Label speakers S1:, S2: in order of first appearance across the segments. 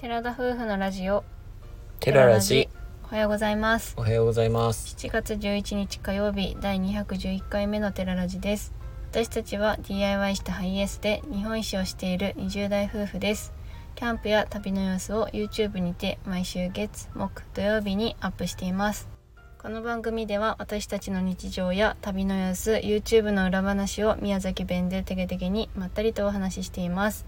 S1: 寺田夫婦のラジオ
S2: テララジ
S1: おはようございます
S2: おはようございます
S1: 7月11日火曜日第211回目のテララジです私たちは DIY したハイエースで日本一周をしている20代夫婦ですキャンプや旅の様子を YouTube にて毎週月木土曜日にアップしていますこの番組では私たちの日常や旅の様子 YouTube の裏話を宮崎弁でテゲテゲにまったりとお話ししています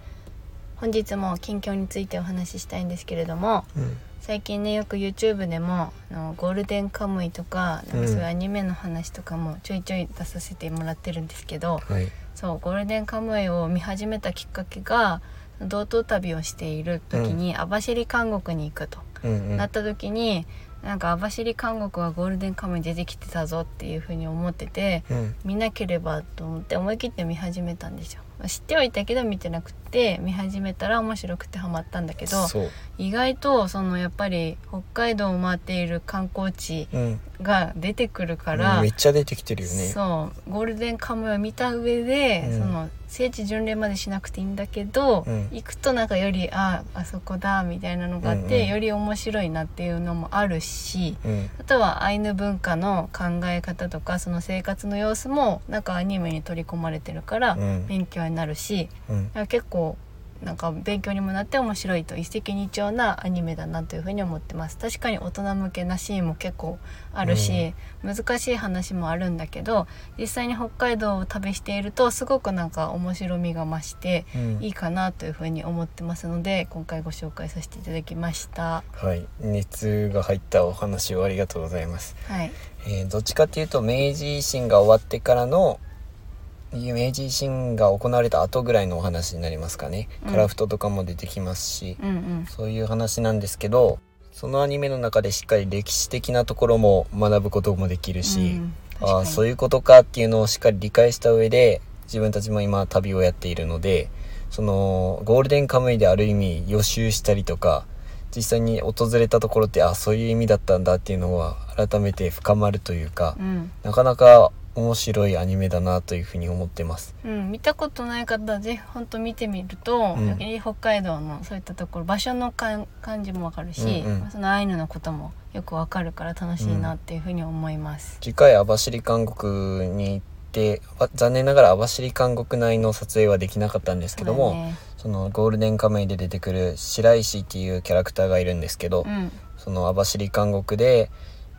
S1: 本日も近況についてお話ししたいんですけれども
S2: うん
S1: 最近ねよく YouTube でもあのゴールデンカムイとかなんかそういうアニメの話とかもちょいちょい出させてもらってるんですけど、
S2: はい
S1: そうゴールデンカムイを見始めたきっかけが道東旅をしている時に網走監獄に行くと、
S2: うんうん
S1: なった時になんか網走監獄はゴールデンカムイ出てきてたぞっていうふうに思ってて
S2: うん
S1: 見なければと思って思い切って見始めたんですよ。まあ知ってはいたけど見てなくて見始めたら面白くてハマったんだけど
S2: そう
S1: 意外とそのやっぱり北海道を回っている観光地
S2: うん
S1: が出てくるから、
S2: めっちゃ出てきてるよね
S1: そうゴールデンカムイを見た上で、
S2: うん
S1: その聖地巡礼までしなくていいんだけど、
S2: うん
S1: 行くとなんかよりああそこだみたいなのがあって、
S2: うんうん
S1: より面白いなっていうのもあるし
S2: うん
S1: あとはアイヌ文化の考え方とかその生活の様子もなんかアニメに取り込まれてるから
S2: うん
S1: 勉強になるし、
S2: うん
S1: あ結構なんか勉強にもなって面白いと一石二鳥なアニメだなというふうに思ってます確かに大人向けなシーンも結構あるし、難しい話もあるんだけど実際に北海道を旅しているとすごくなんか面白みが増して
S2: うん
S1: いいかなというふうに思ってますので今回ご紹介させていただきました
S2: はい熱が入ったお話をありがとうございます
S1: はい
S2: えーどっちかっていうと明治維新が終わってからの明治維新が行われた後ぐらいのお話になりますかね、
S1: うん
S2: クラフトとかも出てきますし
S1: うんうん
S2: そういう話なんですけどそのアニメの中でしっかり歴史的なところも学ぶこともできるし、
S1: うん
S2: ああ
S1: 確か
S2: そういうことかっていうのをしっかり理解した上で自分たちも今旅をやっているのでそのゴールデンカムイである意味予習したりとか実際に訪れたところってああそういう意味だったんだっていうのは改めて深まるというか
S1: にうん
S2: なかなか面白いアニメだなというふうに思ってます。
S1: うん、見たことない方はぜひ本当見てみると、
S2: うん
S1: より北海道のそういったところ場所のかん感じもわかるし、
S2: うんうん
S1: そのアイヌのこともよくわかるから楽しいなっていうふうに思います。
S2: 次回網走監獄に行ってあ残念ながら網走監獄内の撮影はできなかったんですけども
S1: そうだね
S2: そのゴールデンカムイで出てくる白石っていうキャラクターがいるんですけど、
S1: うん
S2: その網走監獄で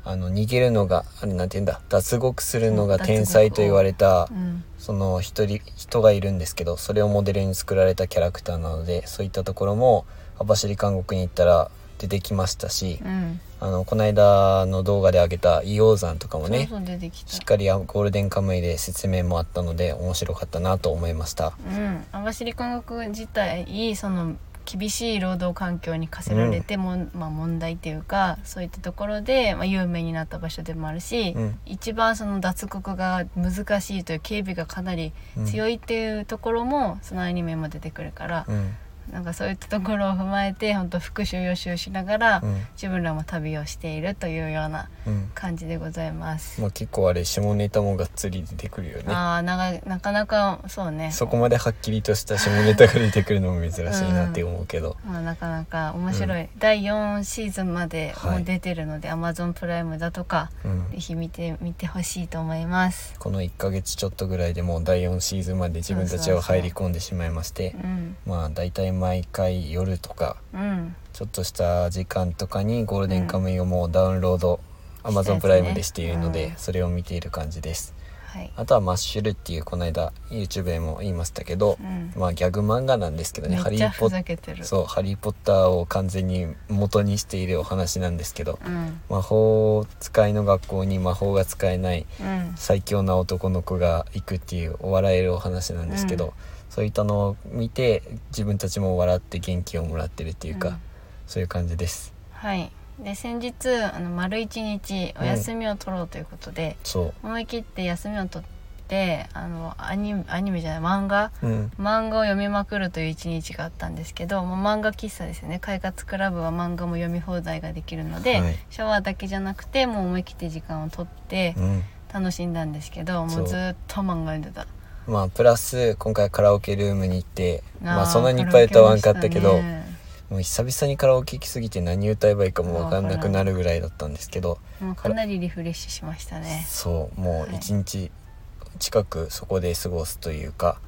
S2: あの逃げるのがあれなんて言うんだ脱獄するのが天才と言われた
S1: うん
S2: その一人人がいるんですけどそれをモデルに作られたキャラクターなのでそういったところも網走監獄に行ったら出てきましたし
S1: うん
S2: あのこの間の動画で上げた硫黄山とかもね
S1: そうそう出てき、
S2: しったかりあゴールデンカムイで説明もあったので面白かったなと思いました。
S1: うん、網走監獄自体その厳しい労働環境に課せられても、まあ、問題っていうかそういったところで、まあ、有名になった場所でもあるし、
S2: うん
S1: 一番その脱獄が難しいという警備がかなり
S2: うん
S1: 強いっていうところもそのアニメも出てくるから、
S2: うん
S1: なんかそういったところを踏まえて本当復習予習しながら、
S2: うん
S1: 自分らも旅をしているというような
S2: うん
S1: 感じでございます。
S2: まあ、結構あれ下ネタもがっつり出てくるよね。
S1: ああなかなかなかそうね
S2: そこまではっきりとした下ネタが出てくるのも珍しいなって思うけど、
S1: まあ、なかなか面白い、第4シーズンまでもう出てるので、Amazon プライムだとか
S2: うん
S1: ぜひ見てみてほしいと思います。
S2: この1ヶ月ちょっとぐらいでもう第4シーズンまで自分たちは入り込んでしまいまして
S1: うん、
S2: まあ大体毎回夜とか
S1: うん、
S2: ちょっとした時間とかにゴールデンカムイをもうダウンロード、Amazon プライムでしているの
S1: うん
S2: でそれを見ている感じです
S1: はい、
S2: あとはマッシュルっていうこの間 YouTube でも言いましたけど
S1: うん、
S2: まあギャグ漫画なんですけどね
S1: め
S2: ハ
S1: っ
S2: リ
S1: ちゃ
S2: ー・ポ
S1: ふざ
S2: ッ
S1: けてる。
S2: そうハリー・ポッターを完全に元にしているお話なんですけど
S1: うん、
S2: 魔法使いの学校に魔法が使えない
S1: うん、
S2: 最強な男の子が行くっていうお笑えるお話なんですけ
S1: う
S2: ど、
S1: ん
S2: そういったのを見て自分たちも笑って元気をもらってるっていうか、
S1: うん
S2: そういう感じです
S1: はい。で先日あの丸一日お休みを取ろうということで、
S2: そ
S1: 思い切って休みを取ってあのアニメアニメじゃない漫画
S2: ううん
S1: 漫画を読みまくるという一日があったんですけど、まあ、漫画喫茶ですよね快活クラブは漫画も読み放題ができるので、
S2: はい
S1: シャワーだけじゃなくてもう思い切って時間を取って
S2: うん
S1: 楽しんだんですけど、も
S2: そうう
S1: ずっと漫画読んでた。
S2: まあプラス今回カラオケルームに行って
S1: あー
S2: まあそんなにいっぱい歌わんかったけど
S1: カラオケもしたね
S2: もう久々にカラオケ行きすぎて何歌えばいいかも分かんなくなるぐらいだったんですけど、
S1: もうかなりリフレッシュしましたね
S2: そうも
S1: は
S2: う
S1: い
S2: 一日近くそこで過ごすというか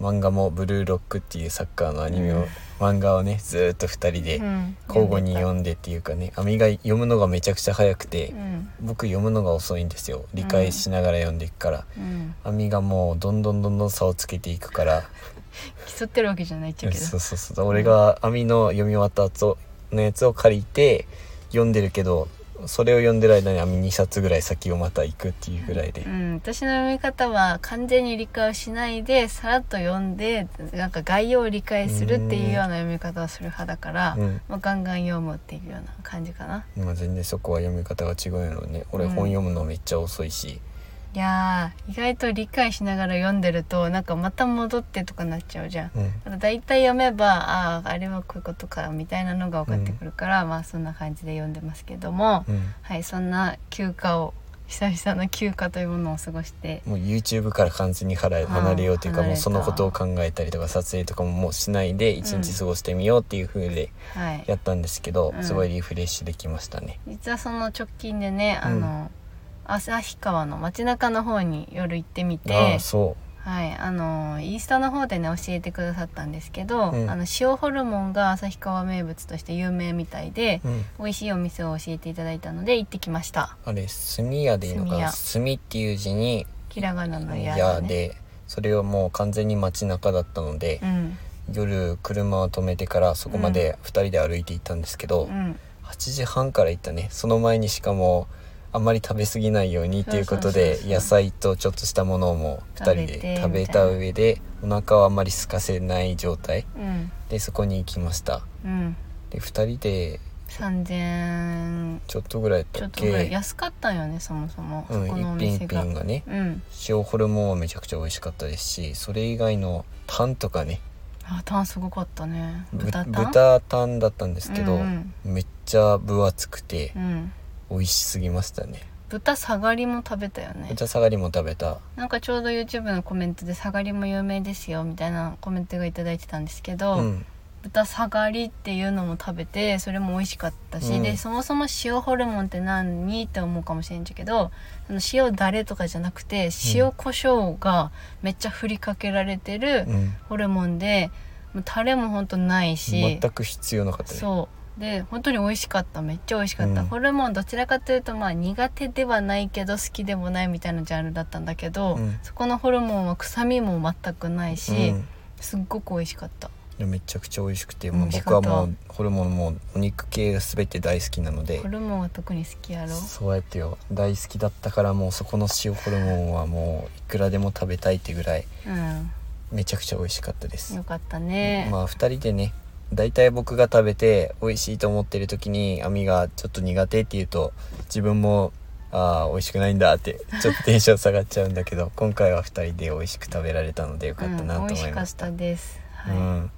S2: 漫画も「ブルーロック」っていうサッカーのアニメを、
S1: うん
S2: 漫画をねずーっと2人で
S1: うん
S2: 交互に読んでっていうかね亜美が読むのがめちゃくちゃ早くて、
S1: うん
S2: 僕読むのが遅いんですよ理解しながら読んでいくから、
S1: うん
S2: 亜美がもうどんどんどんどん差をつけていくから。
S1: 競ってるわけじゃないっちゃけど
S2: そうそうそう俺が網の読み終わったやつをのやつを借りて読んでるけどそれを読んでる間に網2冊ぐらい先をまた行くっていうぐらいで、
S1: うん、私の読み方は完全に理解をしないでさらっと読んでなんか概要を理解するっていうような読み方をする派だから、
S2: うん
S1: まあ、ガンガン読むっていうような感じかな
S2: まあ、全然そこは読み方が違うよね俺
S1: うん
S2: 本読むのめっちゃ遅いし、
S1: いやー意外と理解しながら読んでるとなんかまた戻ってとかなっちゃうじゃん。
S2: うん
S1: だから大体読めばあああれはこういうことかみたいなのが分かってくるから、まあそんな感じで読んでますけども、
S2: うん
S1: はいそんな休暇を久々の休暇というものを過ごして
S2: もう YouTube から完全に離れ
S1: うん
S2: 離れようというか
S1: 離れ
S2: もう
S1: た
S2: そのことを考えたりとか撮影とかももうしないで一日過ごしてみようっていう風で
S1: はい
S2: やったんですけど、
S1: うん
S2: すごいリフレッシュできましたね。
S1: 実はその直近でねあの、旭川の街中の方に夜行ってみ
S2: あ
S1: て
S2: あそ
S1: はい、あのインスタの方でね教えてくださったんですけど、
S2: うん
S1: あの塩ホルモンが旭川名物として有名みたいで、
S2: う、うん
S1: 美味しいお店を教えていただいたので行ってきました
S2: あれ炭屋でいいのかな炭っていう字に
S1: ひらがなの
S2: い
S1: や
S2: や
S1: だね
S2: でそれはもう完全に街中だったので
S1: う、ん
S2: 夜車を止めてからそこまで2人で歩いて行ったんですけど、
S1: うん
S2: 8時半から行ったねその前にしかもあんまり食べ過ぎないようにというこ
S1: そ
S2: とで
S1: うそうそうそう
S2: 野菜とちょっとしたものも2人で食
S1: 食
S2: べ
S1: べて
S2: た上でお腹はあんまり空かせない状態
S1: うん
S2: でそこに行きました
S1: うん
S2: で2人で
S1: 3000
S2: ちょっとぐらい
S1: ちょ
S2: だ
S1: っ
S2: っ
S1: とぐらい
S2: け
S1: 安かったんよねそもそも、
S2: うん、
S1: そこのお
S2: 一品
S1: 店
S2: 一
S1: が
S2: 品がね
S1: うん
S2: 塩ホルモンはめちゃくちゃ美味しかったですしそれ以外のタンとかね
S1: あタンすごかったね
S2: ぶ
S1: 豚タン
S2: 豚タンだったんですけど、
S1: うん
S2: めっちゃ分厚くて
S1: うんうん
S2: 美味しすぎましたね
S1: 豚下がりも食べたよね
S2: 豚下がりも食べた
S1: なんかちょうど YouTube のコメントで「下がりも有名ですよ」みたいなコメントが頂いただいてたんですけど、
S2: うん
S1: 豚下がりっていうのも食べてそれも美味しかったし、
S2: うん
S1: でそもそも塩ホルモンって何って思うかもしれんじゃけどその塩だれとかじゃなくて塩コショウがめっちゃ振りかけられてる
S2: うん
S1: ホルモンで、もうタレもほんとないし
S2: 全く必要なかったね
S1: そうで本当に美味しかっためっちゃ美味しかった、
S2: うん
S1: ホルモンどちらかというとまあ苦手ではないけど好きでもないみたいなジャンルだったんだけど、
S2: うん
S1: そこのホルモンは臭みも全くないし、
S2: うん
S1: すっごく美味しかった
S2: でめちゃくちゃ美味しくて、もう
S1: 美味し
S2: 僕
S1: か
S2: は
S1: った
S2: もうホルモンもお肉系が全て大好きなので
S1: ホルモンは特に好きやろ
S2: そうやってよ大好きだったからもうそこの塩ホルモンはもういくらでも食べたいってぐらい
S1: うん
S2: めちゃくちゃ美味しかったです
S1: よかったね、
S2: まあ2人でね大体僕が食べて美味しいと思ってる時に亜美がちょっと苦手って言うと自分もああ美味しくないんだってちょっとテンション下がっちゃうんだけど今回は2人で美味しく食べられたのでよかったな
S1: うん、美味
S2: と思
S1: し
S2: い
S1: か
S2: ま
S1: っ
S2: した。
S1: たですはい、
S2: うん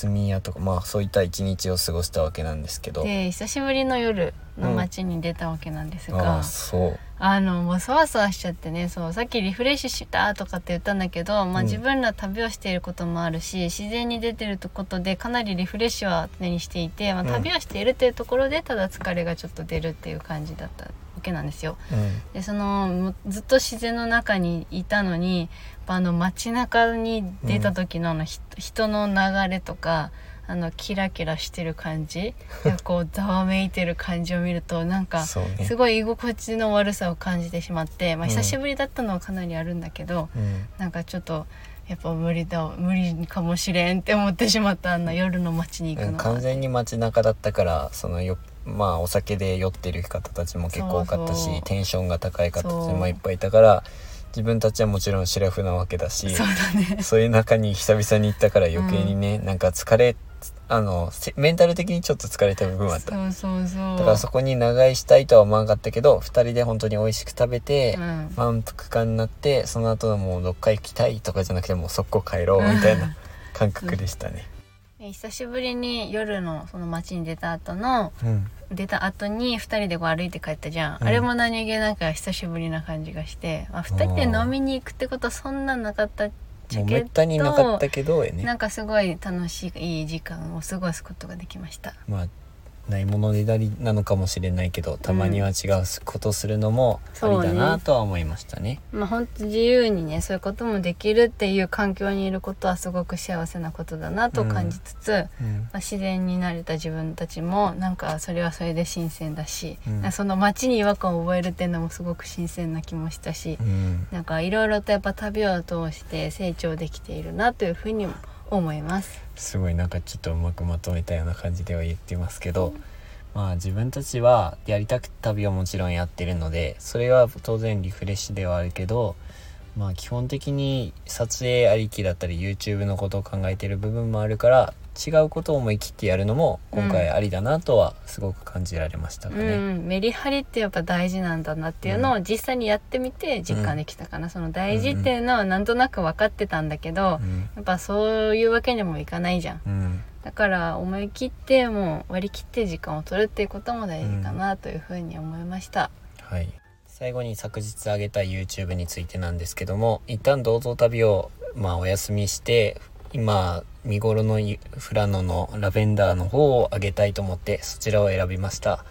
S2: 炭屋とかまあそういった一日を過ごしたわけなんですけど
S1: で久しぶりの夜の街に出たわけなんですが、
S2: ああそう
S1: あのもうそわそわしちゃってねそうさっきリフレッシュしたとかって言ったんだけど、まあ、
S2: うん
S1: 自分ら旅をしていることもあるし、自然に出てることでかなりリフレッシュは常にしていて、まあ、
S2: うん
S1: 旅をしているというところでただ疲れがちょっと出るっていう感じだったわけなんですよ。
S2: うん
S1: でそのもうずっと自然の中にいたのにやっぱあの街中に出た時のあの、ひ人の流れとかあのキラキラしてる感じ でこうざわめいてる感じを見るとなんか
S2: そうね
S1: すごい居心地の悪さを感じてしまって、まあ、
S2: うん
S1: 久しぶりだったのはかなりあるんだけど、
S2: うん
S1: なんかちょっとやっぱ無理だ無理かもしれんって思ってしまったあんな夜の街に行く
S2: うん
S1: のは、
S2: 完全に街中だったからそのよまあお酒で酔ってる方たちも結構多かったし
S1: そうそう
S2: テンションが高い方たち
S1: そ
S2: も
S1: う
S2: いっぱいいたから自分たちはもちろんシラフなわけだし
S1: そうだね
S2: そういう中に久々に行ったから余計にね、なんか疲れあのせメンタル的にちょっと疲れた部分はあった
S1: そうそうそう
S2: だからそこに長居したいとは思わなかったけど2人で本当に美味しく食べて
S1: う、ん
S2: 満腹感になってその後のもうどっか行きたいとかじゃなくてもう速攻帰ろうみたいな 感覚でしたね。
S1: え久しぶりに夜のその街に出た後の
S2: うん
S1: 出た後に2人でこう歩いて帰ったじゃん、
S2: うん
S1: あれも何気なく久しぶりな感じがして、まあ、2人で飲みに行くってことはそんななかったチ
S2: もう
S1: ケ
S2: め
S1: ッ
S2: ったになかったけどや
S1: な
S2: ね
S1: んかすごい楽しいいい時間を過ごすことができました
S2: まあないものねだりなのかもしれないけどたまには違うことするのもありだなとは思いましたね。
S1: まあ本当自由にねそういうこともできるっていう環境にいることはすごく幸せなことだなと感じつつ、
S2: うん
S1: まあ、自然に慣れた自分たちもなんかそれはそれで新鮮だし、
S2: うん
S1: なんかその街に違和感を覚えるっていうのもすごく新鮮な気もしたし、
S2: うん
S1: なんかいろいろとやっぱ旅を通して成長できているなというふうにも思います。
S2: すごいなんかちょっとうまくまとめたような感じでは言ってますけど、まあ自分たちはやりたくて旅はもちろんやってるのでそれは当然リフレッシュではあるけど、まあ、基本的に撮影ありきだったり YouTube のことを考えてる部分もあるから違うことを思い切ってやるのも今回ありだなとはすごく感じられましたか
S1: う
S2: ね。
S1: ん、メリハリってやっぱ大事なんだなっていうのを実際にやってみて実感できたかな、その大事っていうのはなんとなく分かってたんだけど、
S2: うん
S1: やっぱそういうわけにもいかないじゃん
S2: うん
S1: だから思い切ってもう割り切って時間を取るっていうことも大事かなというふうに思いました、
S2: はい、最後に昨日上げた YouTube についてなんですけども一旦銅像旅を、まあ、お休みして今見頃のい富良野のラベンダーの方を上げたいと思ってそちらを選びました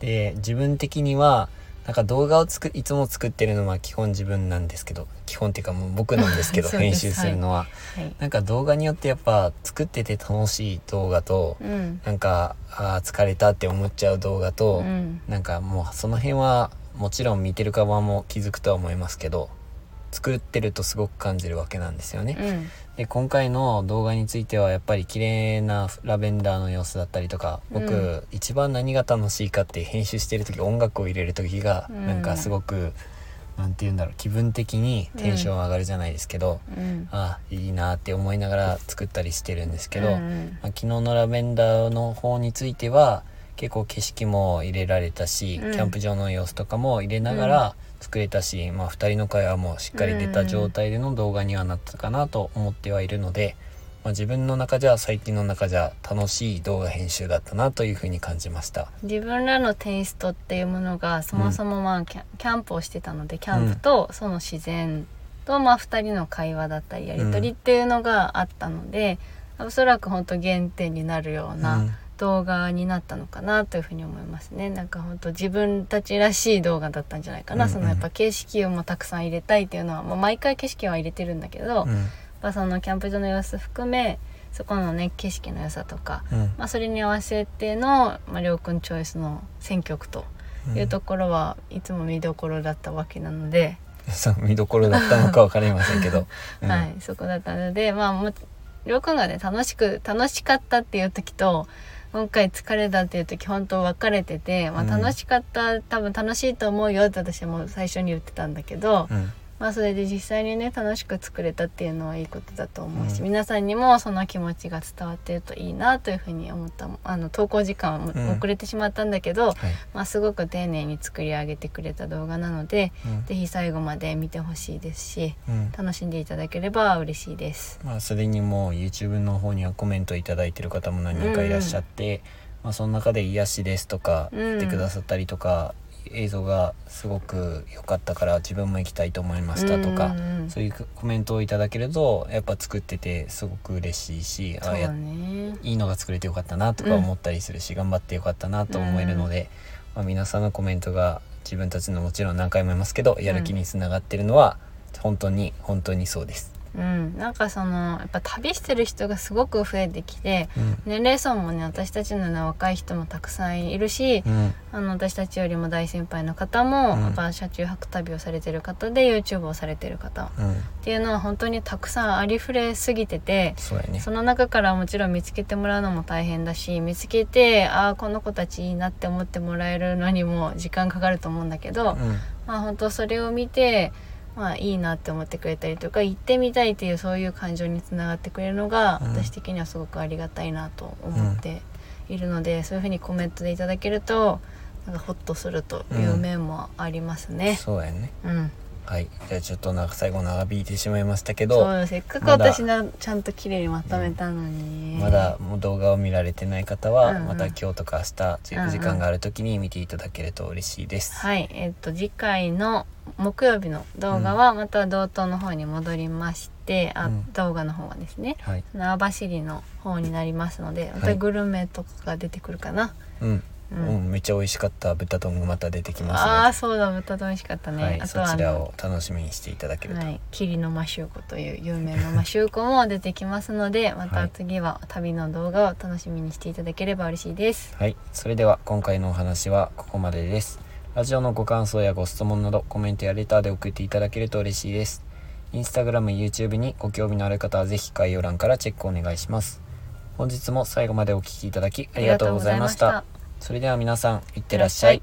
S2: で自分的にはなんか動画をつくいつも作ってるのは基本自分なんですけど基本っていうかもう僕なんですけど
S1: そうで
S2: 編
S1: す
S2: 集するのは、
S1: はい
S2: なんか動画によってやっぱ作ってて楽しい動画と
S1: うん
S2: なんかあー疲れたって思っちゃう動画と、
S1: うん
S2: なんかもうその辺はもちろん見てる側も気づくとは思いますけど作ってるとすごく感じるわけなんですよね。
S1: うん
S2: で今回の動画についてはやっぱり綺麗なラベンダーの様子だったりとか僕、
S1: うん
S2: 一番何が楽しいかって編集してる時音楽を入れる時が
S1: うん
S2: なんかすごく、なんて言うんだろう気分的にテンション上がるじゃないですけど、
S1: うん
S2: あいいなって思いながら作ったりしてるんですけど。
S1: うん
S2: まあ、昨日のラベンダーの方については結構景色も入れられたし、
S1: うん
S2: キャンプ場の様子とかも入れながら作れたし、まあ、2人の会話もしっかり出た状態での動画にはなったかなと思ってはいるので、まあ、自分の中じゃ最近の中じゃ楽しい動画編集だったなというふうに感じました。
S1: 自分らのテイストっていうものがそもそもまあキャ,、キャンプをしてたのでキャンプとその自然とまあ2人の会話だったりやりとりっていうのがあったので、おそらく本当原点になるような、
S2: うん
S1: 動画になったのかなというふうに思いますねなんか本当自分たちらしい動画だったんじゃないかな、
S2: うんうん
S1: そのやっぱ景色をもたくさん入れたいっていうのは、まあ、毎回景色は入れてるんだけど、
S2: う
S1: やっ
S2: ん
S1: ぱそのキャンプ場の様子含めそこのね景色の良さとか、
S2: うん
S1: まあ、それに合わせての、まあ、りょうくんチョイスの選曲というところはいつも見どころだったわけなので、
S2: そう見どころだったのか分かりませんけど、う ん
S1: はい、そこだったのでまあもうりょうくんがね楽しく楽しかったっていう時と今回疲れたっていう時本当分かれてて、まあ、
S2: うん
S1: 楽しかった、多分楽しいと思うよって私はもう最初に言ってたんだけど、
S2: うん
S1: まあそれで実際にね楽しく作れたっていうのはいいことだと思うし、
S2: うん
S1: 皆さんにもその気持ちが伝わってるといいなというふうに思ったあの投稿時間はも
S2: うん
S1: 遅れてしまったんだけど、
S2: はい
S1: まあ、すごく丁寧に作り上げてくれた動画なので
S2: うん
S1: 是非最後まで見てほしいですし。
S2: うん
S1: 楽しんでいただければ嬉しいです。
S2: まあ、それにもう YouTube の方にはコメントいただいてる方も何人かいらっしゃって、まあ、その中で「癒しです」とか
S1: うん
S2: 言ってくださったりとか、映像がすごく良かったから自分も行きたいと思いましたとか
S1: うん、うんうん
S2: そういうコメントをいただけるとやっぱ作っててすごく嬉しいし、
S1: そ
S2: あ
S1: うだ
S2: や
S1: ね。
S2: いいのが作れてよかったなとか思ったりするし、頑張ってよかったなと思えるので、まあ、皆さんのコメントが自分たちのもちろん何回も言いますけどやる気につながってるのは本当に本当にそうです。
S1: うん、なんかそのやっぱ旅してる人がすごく増えてきて
S2: うん
S1: 年齢層もね私たちのような若い人もたくさんいるし、
S2: うん
S1: あの私たちよりも大先輩の方も、
S2: うん
S1: やっぱ車中泊旅をされてる方で YouTube をされてる方っ
S2: うん
S1: ていうのは本当にたくさんありふれすぎてて。
S2: そうやね
S1: その中からもちろん見つけてもらうのも大変だし見つけてああこの子たちいいなって思ってもらえるのにも時間かかると思うんだけど、
S2: うん
S1: まあ本当それを見て、まあ、いいなって思ってくれたりとか行ってみたいっていうそういう感情につながってくれるのが、
S2: うん
S1: 私的にはすごくありがたいなと思っているので、そういうふうにコメントでいただけるとなんかホッとするという面もありますね。
S2: そうやね
S1: うん、
S2: はいじゃあちょっとなんか最後長引いてしまいましたけ
S1: そう
S2: ど
S1: よせっかく
S2: まだ
S1: 私なちゃんと綺麗にまとめたのに、
S2: まだもう動画を見られてない方
S1: うん
S2: は
S1: うん
S2: また今日とか明日という時間がある時に見ていただけると嬉しいです、
S1: はいえっと次回の木曜日の動画はまた同等の方に戻りまして、ってあ、
S2: うん
S1: 動画の方はですね
S2: はい
S1: その網走の方になりますのでま
S2: は
S1: た
S2: い
S1: グルメとかが出てくるかな、
S2: うん、
S1: う
S2: うんんめっちゃ美味しかった豚丼がまた出て
S1: あ
S2: き
S1: あ
S2: ま
S1: ーそうだ豚丼美味しかった
S2: すの
S1: ね、
S2: で、はい、
S1: あと
S2: そ
S1: はあ
S2: ちら
S1: の
S2: を楽しみにしていただけると、
S1: はい、霧のマシューコという有名なマシューコも出てきますのでま
S2: は
S1: た
S2: い
S1: 次は旅の動画を楽しみにしていただければ嬉しいです
S2: はい、それでは今回のお話はここまでです。ラジオのご感想やご質問などコメントやレターで送っていただけると嬉しいです。インスタグラム、YouTube にご興味のある方はぜひ概要欄からチェックお願いします。本日も最後までお聴きいただきありがとうございました。
S1: ありがとうございました
S2: それでは皆さん、いってらっしゃい。